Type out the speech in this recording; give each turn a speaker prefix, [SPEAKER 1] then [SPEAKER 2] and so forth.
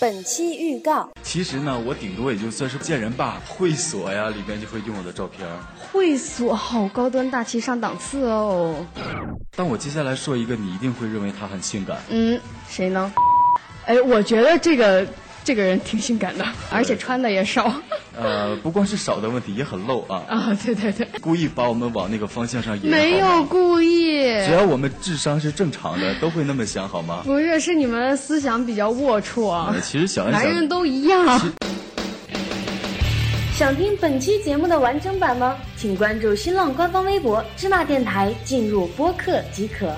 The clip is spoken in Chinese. [SPEAKER 1] 本期预告，
[SPEAKER 2] 其实呢，我顶多也就算是见人吧，会所呀里边就会用我的照片儿。
[SPEAKER 3] 会所好高端大气上档次哦。
[SPEAKER 2] 但我接下来说一个，你一定会认为她很性感。
[SPEAKER 3] 嗯，谁呢？哎，我觉得这个这个人挺性感的，而且穿的也少
[SPEAKER 2] 呃，不光是少的问题，也很露啊，
[SPEAKER 3] 啊。对对对，
[SPEAKER 2] 故意把我们往那个方向上引。
[SPEAKER 3] 没
[SPEAKER 2] 好
[SPEAKER 3] 有
[SPEAKER 2] 吗，
[SPEAKER 3] 故意，
[SPEAKER 2] 只要我们智商是正常的，都会那么想好吗？
[SPEAKER 3] 不是是你们思想比较龌龊
[SPEAKER 2] 呃，其实想一
[SPEAKER 3] 男人
[SPEAKER 2] 想，
[SPEAKER 3] 都一样。
[SPEAKER 1] 想听本期节目的完整版吗？请关注新浪官方微博“芝麻电台”，进入播客即可。